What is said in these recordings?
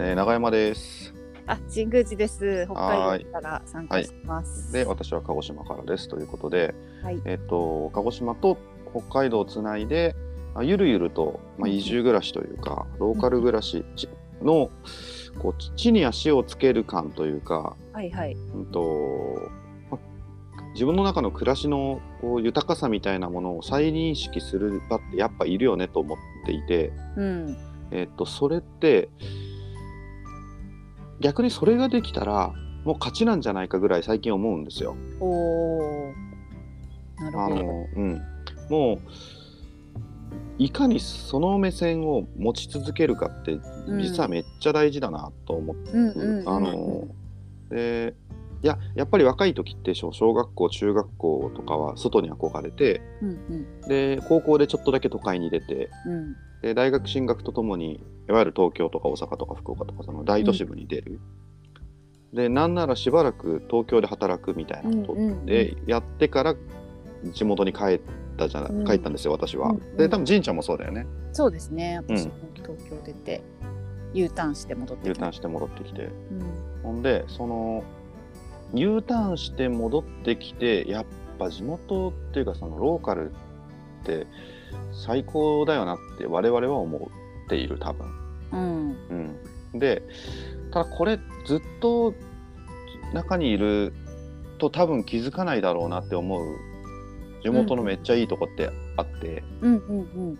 えー長山です。あ、神宮寺です。北はーい海道から参加してます。で、私は鹿児島からですということで、はいえっ、と鹿児島と北海道をつないで、あゆるゆるとまあ移住暮らしというか、ローカル暮らしちのこう地に足をつける感というか、はいはい。うんとま自分の中の暮らしのこう豊かさみたいなものを再認識する場ってやっぱいるよねと思っていて、うん。えっとそれって逆にそれができたらもう勝ちなんじゃないかぐらい最近思うんですよ。おお。なるあほど。のうん、もういかにその目線を持ち続けるかってうん実はめっちゃ大事だなと思って、うんうんうんあのでいややっぱり若い時って小小学校中学校とかは外に憧れてうんうんで高校でちょっとだけ都会に出てうんで大学進学とともにいわゆる東京とか大阪とか福岡とかその大都市部に出る、でなんならしばらく東京で働くみたいなことうんうんうんでやってから地元に帰ったじゃな、うん帰ったんですよ私は、うんうんで多分じんちゃんもそうだよねそうですね。うん私も東京出て U ターンして戻って U ターンしして戻ってきてうん。ほんでその U ターンして戻ってきてやっぱ地元っていうかそのローカルって最高だよなって我々は思っている多分うん。うん、でただこれずっと中にいると多分気づかないだろうなって思う地元のめっちゃいいとこってあって、うんうんうん。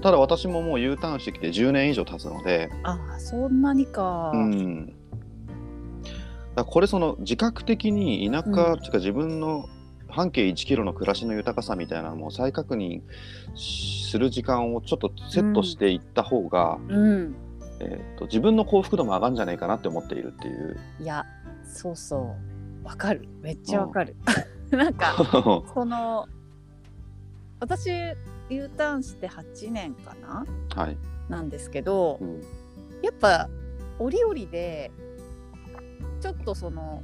ただ私ももう U ターンしてきて10年以上経つので、あ、そんなにか。うん、だからこれその自覚的に田舎、うっていうか自分の半径1キロの暮らしの豊かさみたいなのを再確認する時間をちょっとセットしていった方が、うん。えー、と自分の幸福度も上がるんじゃないかなって思っているっていう いや、そうそう。わかる。めっちゃわかる。 なんか。 この私 U ターンして8年かなはい、なんですけどうんやっぱ折々でちょっとその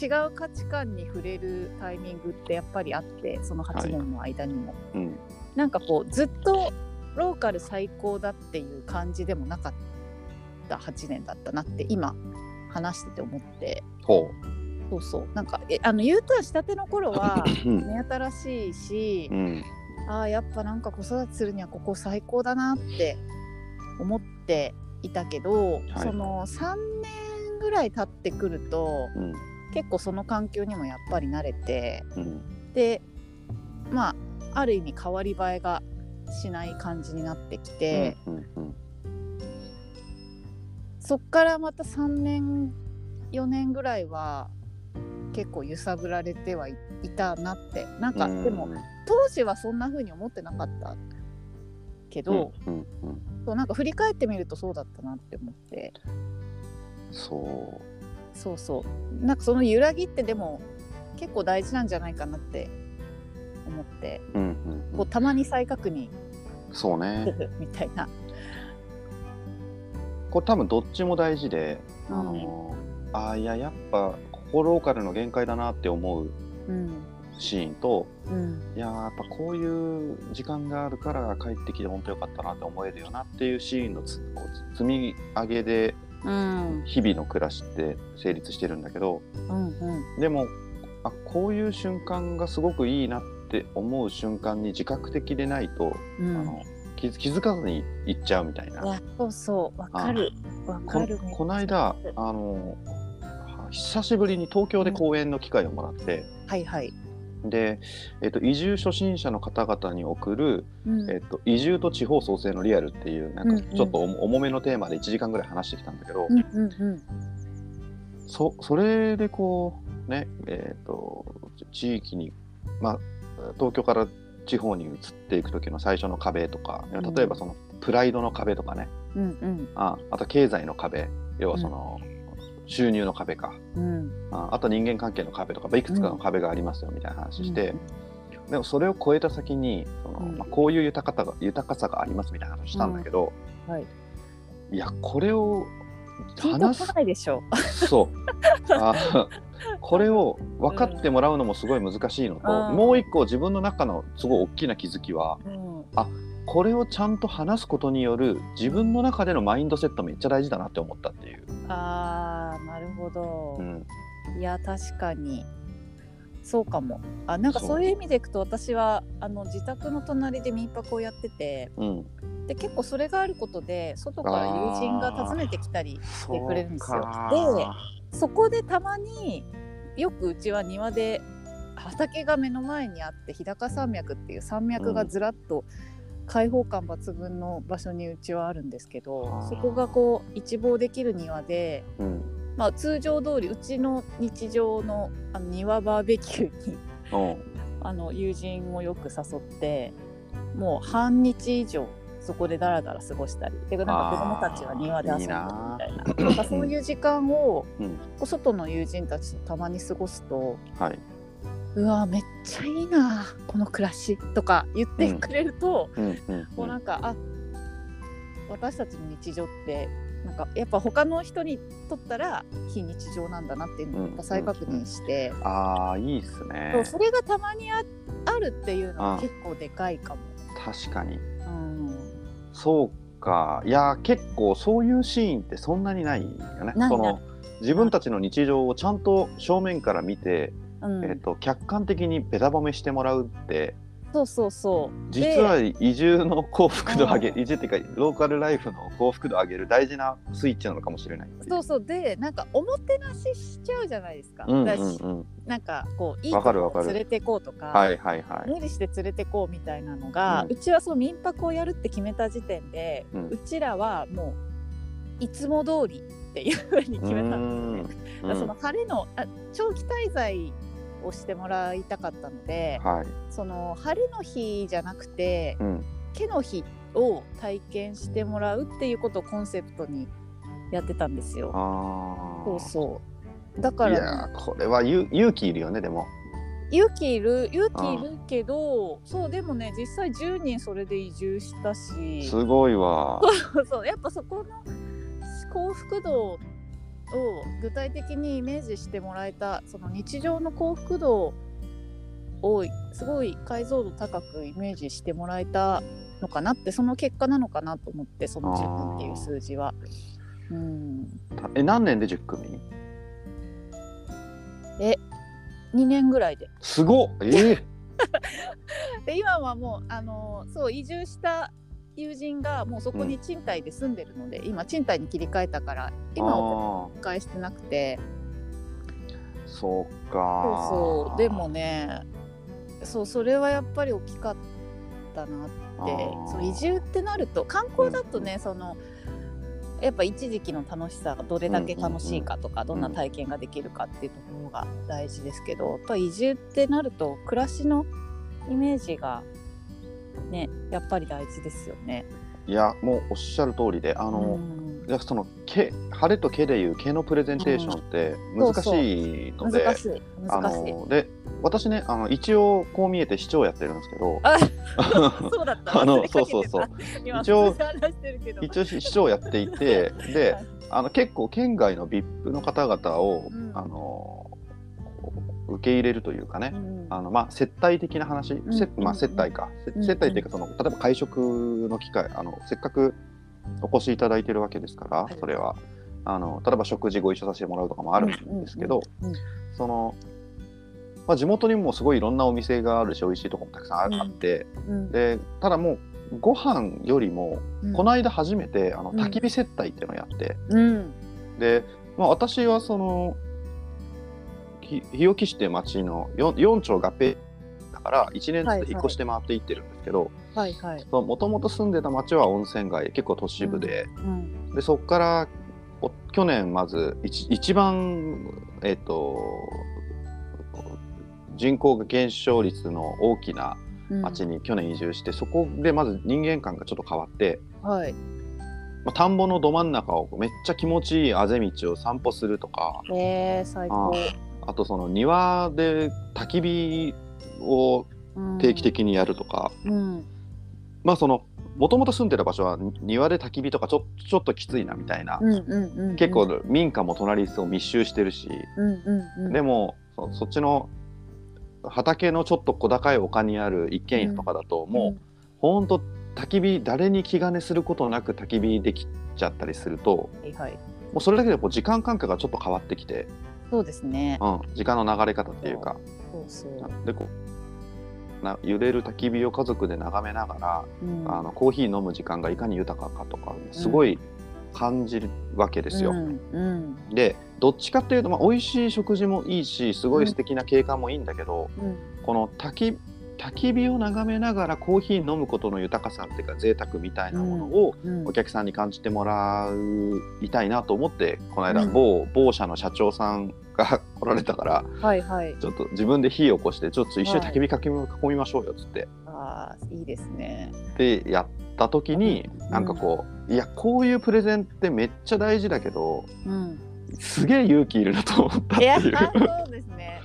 違う価値観に触れるタイミングってやっぱりあってその8年の間にも、うん、なんかこうずっとローカル最高だっていう感じでもなかった8年だったなって今話してて思ってほそうそうなんかえあの U ターンしたての 頃はう、うん目新しいし、うん、ああやっぱなんか子育てするにはここ最高だなって思っていたけど、はいその3年ぐらい経ってくるとうん、結構その環境にもやっぱり慣れてうん、でまあある意味変わり映えがしない感じになってきて、うん、うん、そっからまた3年4年ぐらいは結構揺さぶられてはいいたなってなんか、うんでも、当時はそんな風に思ってなかったけど。うん、うん、うん、そうなんか振り返ってみるとそうだったなって思ってそそうそうなんかその揺らぎってでも結構大事なんじゃないかなって思ってう、うん、うん、うこうんたまに再確認そう ね。みたいな、これ多分どっちも大事で、あうんのー、あーいややっぱここローカルの限界だなって思ううんシーンと、うん、いやーやっぱこういう時間があるから帰ってきて本当よかったなって思えるよなっていうシーンのつこう積み上げでうん日々の暮らしって成立してるんだけど、うんうんでもあこういう瞬間がすごくいいなって思う瞬間に自覚的でないと、うんあの気づ気づかずに行っちゃうみたいいな。やそうそうわかるわかこるこの間あの久しぶりに東京で講演の機会をもらって、はいはい、で、えっと移住初心者の方々に送る、うんえっと移住と地方創生のリアルっていうなんうんかうんちょっと重,、めのテーマで1時間ぐらい話してきたんだけど、うんうんうんそそれでこうねえっ、と地域にまあ東京から地方に移っていく時の最初の壁とかうん例えばそのプライドの壁とかね、うんああと経済の壁要はその、収入の壁かうんうんああと人間関係の壁とかまあいくつかの壁がありますよみたいな話して、でもそれを超えた先にその、うんまあ、こういう豊かさが豊かさがありますみたいな話したんだけど、うんはいいやこれをピンと話すこないでしょそうあこれを分かってもらうのもすごい難しいのと、うんもう一個自分の中のすごい大きな気づきはうんあこれをちゃんと話すことによる自分の中でのマインドセットめっちゃ大事だなって思ったっていう、あーなるほどう、ん、いや確かにそうかもあなんかそうそういう意味でいくと私はあの自宅の隣で民泊をやっててうん、で結構それがあることで外から友人が訪ねてきたりそうくれるんですようかそこでたまによくうちは庭で畑が目の前にあって日高山脈っていう山脈がずらっと開放感抜群の場所にうちはあるんですけどあーそこがこう一望できる庭で、うん、まあ、通常通りうちの日常のあの庭バーベキューにうん、あの友人をよく誘ってもう半日以上そこでダラダラ過ごしたりでなんか子供たちは庭で遊んでるみたいななんかそういう時間を、うんお外の友人たちとたまに過ごすとはい、うわめっちゃいいなこの暮らしとか言ってくれると、うんうんもうなんかあ私たちの日常ってなんかやっぱ他の人にとったら非日常なんだなっていうのをやっぱ再確認して、ああいいっすねそうそれがたまにああるっていうのうんは結構でかいかも。確かにうんそうかいやー結構そういうシーンってそんなにないよねないそないの自分たちの日常をちゃんと正面から見て、うんえっと客観的にべた褒めしてもらうってそうそうそう。で実は移住の幸福度を上げうん移住っていうかローカルライフの幸福度を上げる大事なスイッチなのかもしれないっていそうそうでなんかおもてなししちゃうじゃないですか。うんうんだしうんなんかこういいわかるとわかこる連れてこうとか、はいはいはい無理して連れてこうみたいなのが、ううんちはその民泊をやるって決めた時点で、ううんちらはもういつも通りっていうふうに決めたんですようね。だからんその晴れのあ長期滞在をしてもらいたかったので、はいその晴れの日じゃなくてうん毛の日を体験してもらうっていうことをコンセプトにやってたんですよ。あそうーそう。だかいらやーこれは勇勇気いるよねでも勇気いる勇気いるけど、そうでもね実際10人それで移住したし、すごい わそうそうやっぱそこの幸福度を具体的にイメージしてもらえたその日常の幸福度をすごい解像度高くイメージしてもらえたのかなってその結果なのかなと思ってその10分っていう数字は。うん、たえ何年で10組2年ぐらいですごっええで今はもうあのそう移住した友人がもうそこに賃貸で住んでるので、今賃貸に切り替えたから今はあお返してなくてーそうそうかそうでもねそうそれはやっぱり大きかったなってあーそう移住ってなると観光だとね、そのやっぱ一時期の楽しさがどれだけ楽しいかとか、んうんどんな体験ができるかっていうところが大事ですけどやっぱ移住ってなると暮らしのイメージがねやっぱり大事ですよね。いやもうおっしゃる通りでああの、いやその毛晴れと毛でいう毛のプレゼンテーションってうん難しいので、難しいあ難しい。ので私ねあの一応こう見えて市長やってるんですけ どああ そうだったの忘れかそけうてそうそうた今一応普通に話してるけど一応市長やっていてではいあの結構県外の VIP の方々を、うんあのこう受け入れるというかね、うんあのまあ、接待的な話、んせまあ、うん接待か、せうん接待っていうかその例えば会食の機会あのせっかくお越しいただいてるわけですから、いそれはあの例えば食事ご一緒させてもらうとかもあるんですけど、うんうんうんその、まあ、地元にもすごいいろんなお店があるし美味しいとこもたくさんあうんあって、うんでただもうご飯よりも、うんこの間初めてあのうん焚き火接待っていうのをやって、うんで、まあ、私はそのひ日置市って町の 4, 4町合併だから1年ずつ引っ越して回っていってるんですけどはいはい。もともと住んでた町は温泉街結構都市部で,、うんでそこからお去年まず一一番、えっと人口が減少率の大きなうん町に去年移住して、そこでまず人間観がちょっと変わって、はい。まあ、田んぼのど真ん中をめっちゃ気持ちいいあぜ道を散歩するとかえー、最高。あとその庭で焚き火をうん定期。的にやるとか、うん。まあそのもともと住んでた場所は庭で焚き火とかちょちょっときついなみたいな、うんうんうん。結。構民家も隣そう密集してるし、うんうんうん。でもそそっちの畑のちょっと小高い丘にある一軒家とかだと、もうほんと焚き火誰に気兼ねすることなく焚き火できちゃったりするとはいはい。もうそれだけでこう時間感覚がちょっと変わってきて、そうですね。うん、時間の流れ方っていうかそうそう。でこうな揺れる焚き火を家族で眺めながら、うん、あのコーヒー飲む時間がいかに豊かかとかすごい感じるわけですよ。うん。うん。でどっちかっていうと、まあ、美味しい食事もいいしすごい素敵な景観もいいんだけど、うんこの焚き焚き火を眺めながらコーヒー飲むことの豊かさっていうか贅沢みたいなものをうんお客さんに感じてもらいたいなと思ってこの間うん某某社の社長さんが来られたからはいはい。ちょっと自分で火を起こしてちょっと一緒にはい焚き火かけ囲みましょうよっつってああ、いいですね。でやった時にうんなんかこういやこういうプレゼンってめっちゃ大事だけど うん。すげえ勇気いるなと思ったっいてや、い。そううですね。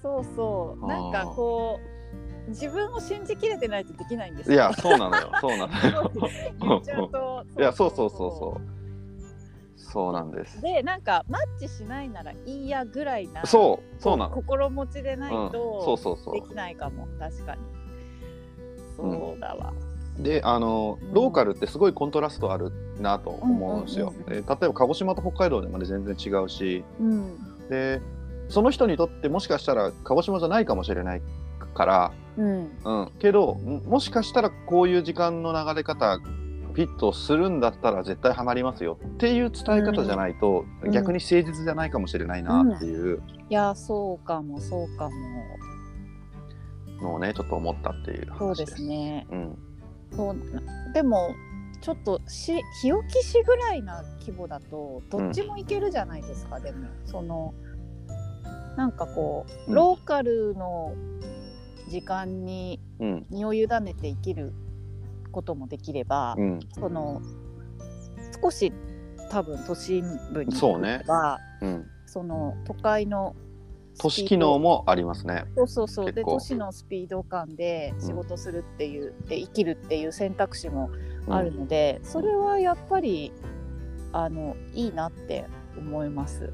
そうそう。あなんーかこう、自分を信じきれてないとできないんですいよ。や、そうなのよ。そうなのよ。言っち ゃうと。 いや、そうそうそうそう。そうなんです。でなんかマッチしないならいいやぐらいなそう、そうなの。心持ちでないうん、そうとそうそできないかも、確かにそうだわ、う。で、あのうん、ローカルってすごいコントラストあるなと思うんですようん。うで例えんば鹿児島と北海道でまで全然違うし、うんで、その人にとってもしかしたら鹿児島じゃないかもしれないから、うんうん、けど、ももしかしたらこういう時間の流れ方。フィットするんだったら絶対ハマりますよっていう伝え方じゃないとうん逆に誠実じゃないかもしれないなっていういやそうかもそうかものをねちょっと思ったっていうそう話でですす。ねうん、そうなでもちょっとし日置市ぐらいな規模だとどっちもいけるじゃないですか、でもそのなんかこう、うんローカルの時間にうん、身を委ねて生きることもできれば、うん、その少し多分都心部にそうねはうん、その都会の都市機能もありますね。そうそうそうで結構都市のスピード感で仕事するっていう、で生きるっていう選択肢もうんあるので、それはやっぱりあのいいなって思います。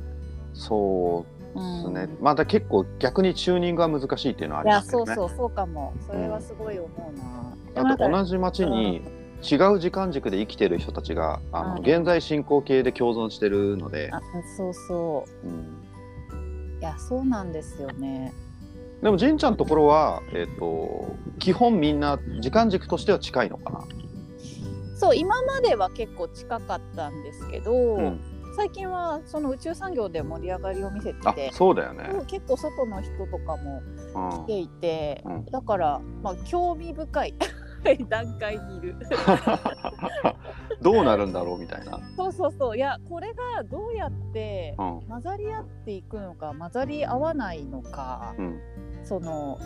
そううですんね。また結構逆にチューニングが難しいっていうのはあいりやますけそどうね。そうそうかもそれはすごい思うな。でもなあんかと同じ町に違う時間軸で生きてる人たちがあのうん現在進行形で共存してるので、あそうそうんういやそうなんですよね。でも仁ちゃんのところはえっ、と基本みんな時間軸としては近いのかな。そう今までは結構近かったんですけど、うん最近はその宇宙産業で盛り上がりを見せてあて、そうだよね。うん結構外の人とかも来うてんいて、うんだから、まあ、興味深い 段階にいるどうなるんだろうみたいな。そうそうそういやこれがどうやってうん混ざり合っていくのか混ざり合わないのかうんその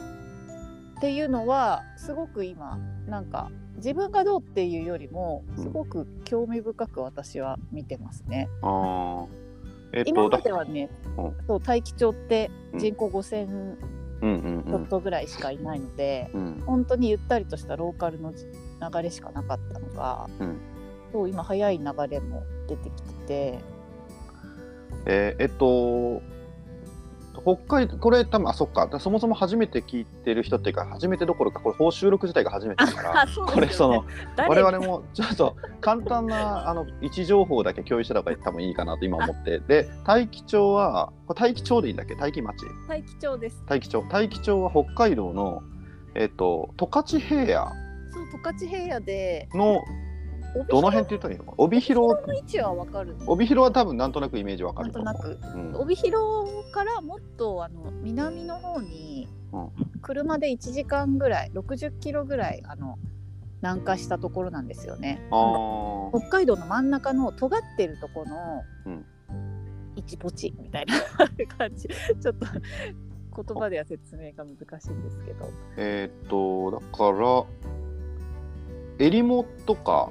っていうのはすごく今なんか自分がどうっていうよりもうんすごく興味深く私は見てますね。あーえっ今とまだではね、うんそう大気町ってうん人口5000うんうんちょっとぐらいしかいないので、うんうん本当にゆったりとしたローカルの流れしかなかったのが、うんそう今早い流れも出てきててえーえっと北海道これ多分あそっかそもそも初めて聞いてる人っていうか初めてどころかこれ報収録自体が初めてだからそう これその誰我々もちょっと簡単 なあの位置情報だけ共有してた方が多分いいかなと今思ってで大気町はこれ大気町でいいんだっけ大気町大気町です大気町大気町は北海道のえっと十勝平そう十勝平野で野のどの辺って言ったらいいのかな帯広帯広の位置はわかる帯広は多分なんとなくイメージわかなんるとと思なう。くうん帯広からもっとあの南の方にうん車で1時間ぐらい60キロぐらいあの南下したところなんですよね。あー北海道の真ん中の尖ってるとこのうん一ポチみたいな 感じちょっと言葉では説明が難しいんですけどえーっとだからえりもとか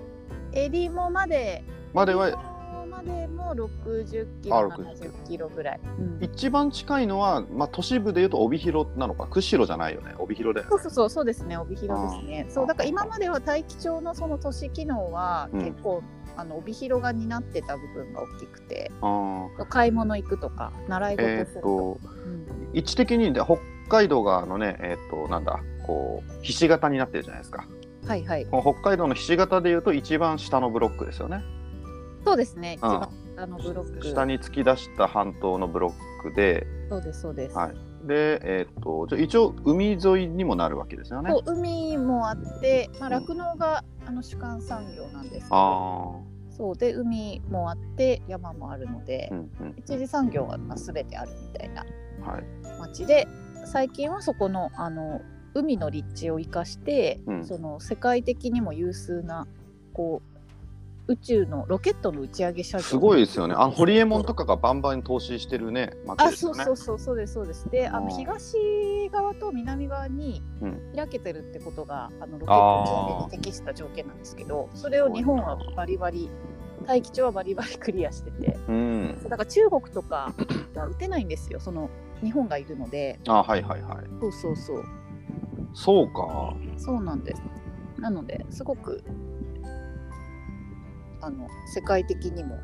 えりもまでまでえりはもまでも60キロあ60キロ70キロぐらい、うん一番近いのは、まあ、都市部でいうと帯広なのか釧路じゃないよね帯広だよそねうそうそうそうですね帯広ですねあーそうだから今までは大気町のその都市機能はうん結構、あの帯広が担ってた部分が大きくてあ買い物行くとか習いー事えすーっるとか、とうん位置的にで北海道があのねえーっとなんだこうひし形になってるじゃないですかはいはい。この北海道のひし形でいうと一番下のブロックですよね。そうですね。一うん番下のブロック。下に突き出した半島のブロックで、そうですそうです。はいで、えーっとじゃあ一応海沿いにもなるわけですよねこ。う海もあって、まあうん酪農があの主幹産業なんですけど、あそうで海もあって山もあるのであ、う、んうん一次産業はまあ全てあるみたいなはい、町で、最近はそこのあの海の立地を生かして、うんその世界的にも有数なこう宇宙のロケットの打ち上げ車両すごいですよね。あのホリエモンとかがバンバンに投資してるね、町あですそようね。そうそうそうですそうですであうんの東側と南側にうん開けてるってことが、あのロケット打ち上げに適した条件なんですけどそれを日本はバリバリ大気地はバリバリクリアしててうん。だから中国とかが打てないんですよその日本がいるのであはいはいはい。そうそうそうそうか。そうなんですなのですごくあの世界的にも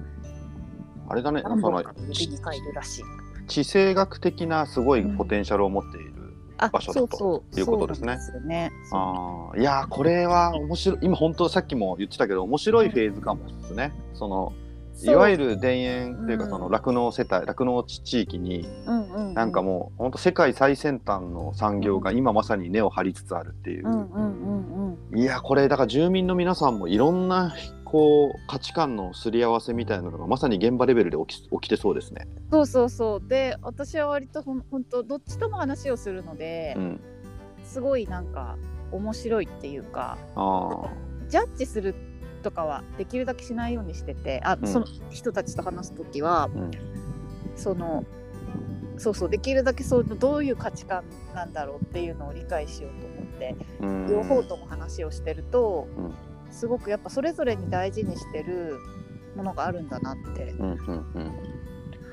あれだね。そ何本のかの指に入るらしい地政学的なすごいポテンシャルを持っている。あ場所だそうとそういうことですねそうなんですよねそうああいやーこれは面白い今本当さっきも言ってたけど面白いフェーズかもですね。そのいわゆる田園っていうかうんその酪農世帯酪農地域にうんうんうんなんかもう本当世界最先端の産業が今まさに根を張りつつあるっていうう、んうんうんうんいやこれだから住民の皆さんもいろんなこう価値観のすり合わせみたいなのがまさに現場レベルで起き起きてそうですね。そうそうそうで私は割とほんほんとどっちとも話をするので、うん、すごいなんか面白いっていうかあジャッジするとかはできるだけしないようにしててあ、うんその人たちと話す時はー、うんそのそうそうできるだけそうどういう価値観なんだろうっていうのを理解しようと思ってうん、両方とも話をしてると、うんすごくやっぱそれぞれに大事にしてるものがあるんだなってうんうんうん、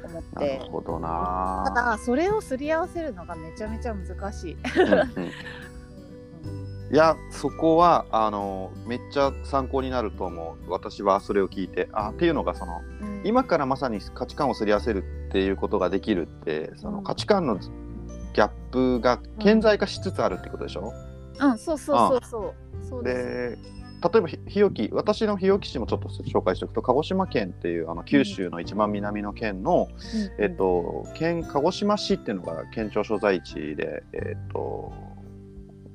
思っなるて。ほどな ただそれをすり合わせるのがめちゃめちゃ難しい。うんうんいやそこはあのめっちゃ参考になると思う私はそれを聞いてあっていうのがそのうん今からまさに価値観をすり合わせるっていうことができるってそのうん価値観のギャップが顕在化しつつあるってことでしょ、うん、そうそうそうそう。そうでです。例えばひ日置私の日置市もちょっと紹介しておくと鹿児島県っていうあの九州の一番南の県の、えっと、県鹿児島市っていうのが県庁所在地で、えっと、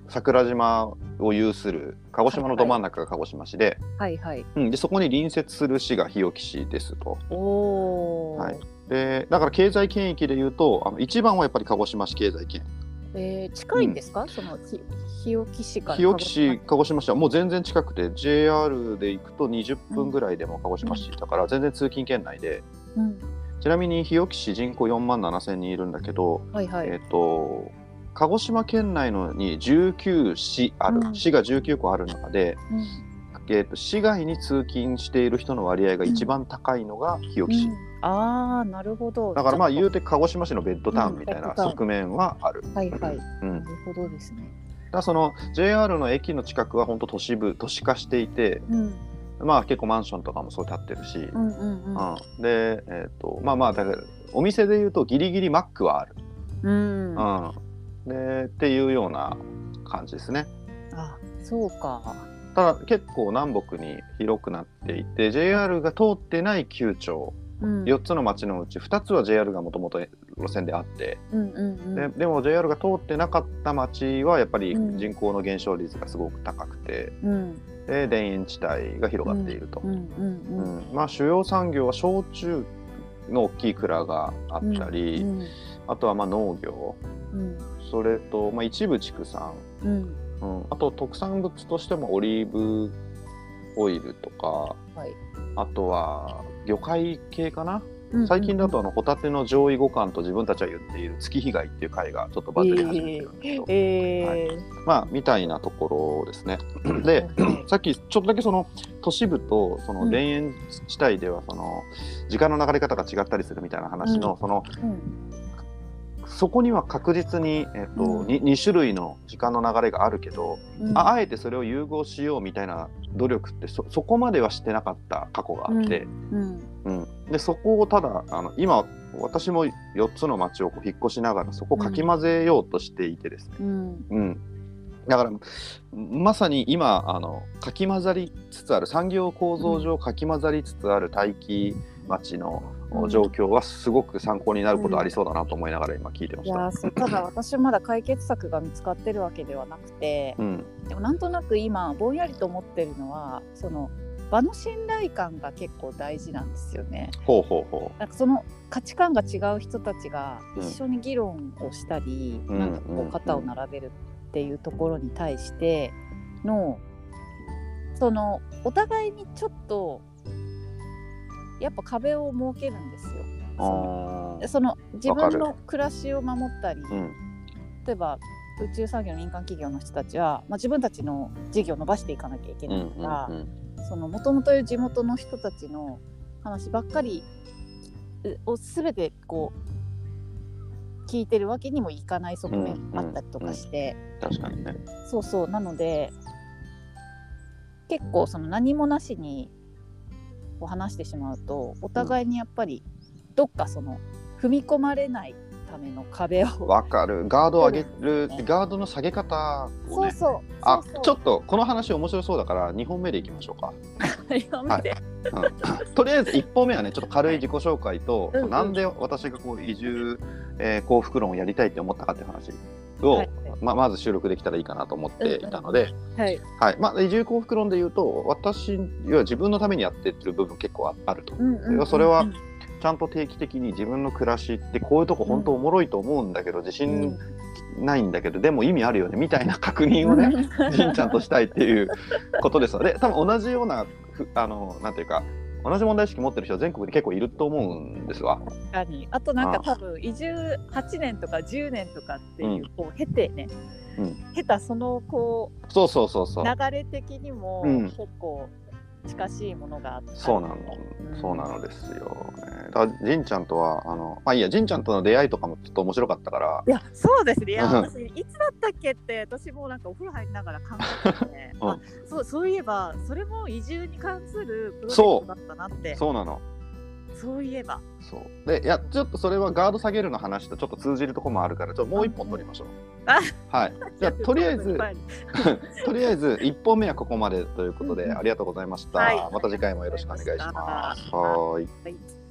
桜島を有する鹿児島のど真ん中が鹿児島市で,、うんはいはい。うん、でそこに隣接する市が日置市ですと。おお。はいでだから経済圏域でいうとあの一番はやっぱり鹿児島市経済圏えー、近いんですか、そのひ日置市から。日置市。鹿児島市はもう全然近くて JR で行くと20分ぐらいでも鹿児島市だから全然通勤圏内でうん。ちなみに日置市人口4万7千人いるんだけど、はいはい。えっと鹿児島県内のに19市ある、うん市が19個ある中で、うんえっと市外に通勤している人の割合が一番高いのが日置市、うんああ、なるほど。だからまあち言ょっうて鹿児島市のベッドタウンみたいうんベなッドタウン側面はある、とはいはい。うん、なるほどですね。だからその JR の駅の近くは本当都市部都市化していてうん。まあ結構マンションとかもそう建ってるし、うんうんうんで、えっとまあまあだからお店で言うとギリギリマックはある、うん。うん。あうん、でっていうような感じですね。そうか。ただ結構南北に広くなっていて JR が通ってない9町うん。 4つの町のうち2つは JR がもともと路線であって、うんうんうん。ででも JR が通ってなかった町はやっぱりうん人口の減少率がすごく高くて、うんで田園地帯が広がっていると、うんううんんまあ、主要産業は焼酎の大きい蔵があうん。ったり、うんあとはまあ農業うんそれとまあ一部畜産、うん。うん、あと特産物としてもオリーブオイルとかはい。あとは魚介系かな、うんうん最近だとあのホタテの上位互換と自分たちは言っている月被害っていう回がちょっとバズり始めてるんですけど、えーまあみたいなところですね。ではいさっきちょっとだけその都市部とそのうん田園地帯ではその時間の流れ方が違ったりするみたいな話の、そのうんそこには確実に、えっとうんに 2, 種類の時間の流れがあるけど、うんああえてそれを融合しようみたいな努力ってそそこまではしてなかった過去があって、うんうん、でそこをただあの今私も4つの町をこう引っ越しながらそこをかき混ぜようとしていてですね、うんうんだからまさに今あのかき混ざりつつある産業構造上かき混ざりつつある大気町のうん状況はすごく参考になることありそうだなと思いながら今聞いてまいしやたー。そうただ私はまだ解決策が見つかってるわけではなくてうんでもなんとなく今ぼんやりと思ってるのはその場の信頼感が結構大事なんですよね。ほうほうほなんかその価値観が違う人たちがうん一緒に議論をしたり、うんなんかこうんう肩を並べるっていうところに対してのそのお互いにちょっとやっぱ壁を設けるんですよ。う。あーその自わか分るの暮らしを守ったり、うん例えば宇宙産業の民間企業の人たちは、まあ、自分たちの事業を伸ばしていかなきゃいけうなんいかうらんうんそのもともといる地元の人たちの話ばっかりうを全てこう聞いてるわけにもいかない側面うんあったりとかして、確かにね。そうそうなので結構その何もなしにこう話してしまうとお互いにやっぱりどっかその踏み込まれないための壁をわかる。ガードを上げるそうですねガードの下げ方をそうね。そう。あそうそうちょっとこの話面白そうだから2本目でいきましょうか。読めてうんとりあえず1本目はねちょっと軽い自己紹介と、うんうんなんで私がこう移住、えー幸福論をやりたいって思ったかっていう話を、はいままず収録できたらいいかなと思っていたので、はい。はいまあ、移住幸福論で言うと私要は自分のためにやってる部分結構ああると、うんうんうんそれはちゃんと定期的に自分の暮らしってこういうとこ本当おもろいと思うんだけど自う信んないんだけど、でも意味あるよねみたいな確認をねじんちゃんとしたいっていうことですので多分同じようなふあのなんていうか同じ問題意識持ってる人は全国で結構いると思うんですわ。確かにあとなんあかあ多分移住8年とか10年とかっていう、うんこう経てね、うん経たそのこうそうそうそうそう。流れ的にもうん結構近しいものがあったりそうなの、そうなのですよ、ね。だからじんちゃんとはあのまあいいやじんちゃんとの出会いとかもちょっと面白かったから。いやそうですねいうやん私いつだったっけって私もなんかお風呂入りながら考えてて、 うんあそうそういえばそれも移住に関するプロジェクトだったなってそうそうなの。いえばそうでいやちょっとそれはガード下げるの話とちょっと通じるとこもあるからちょっともう一本取りましょうあ。はい、 じゃあとりあえ いっずぱいるとりあえず1本目はここまでということうんでうんありがとうございました。はいまた次回もよろしくお願いします。ありがとうはーいはい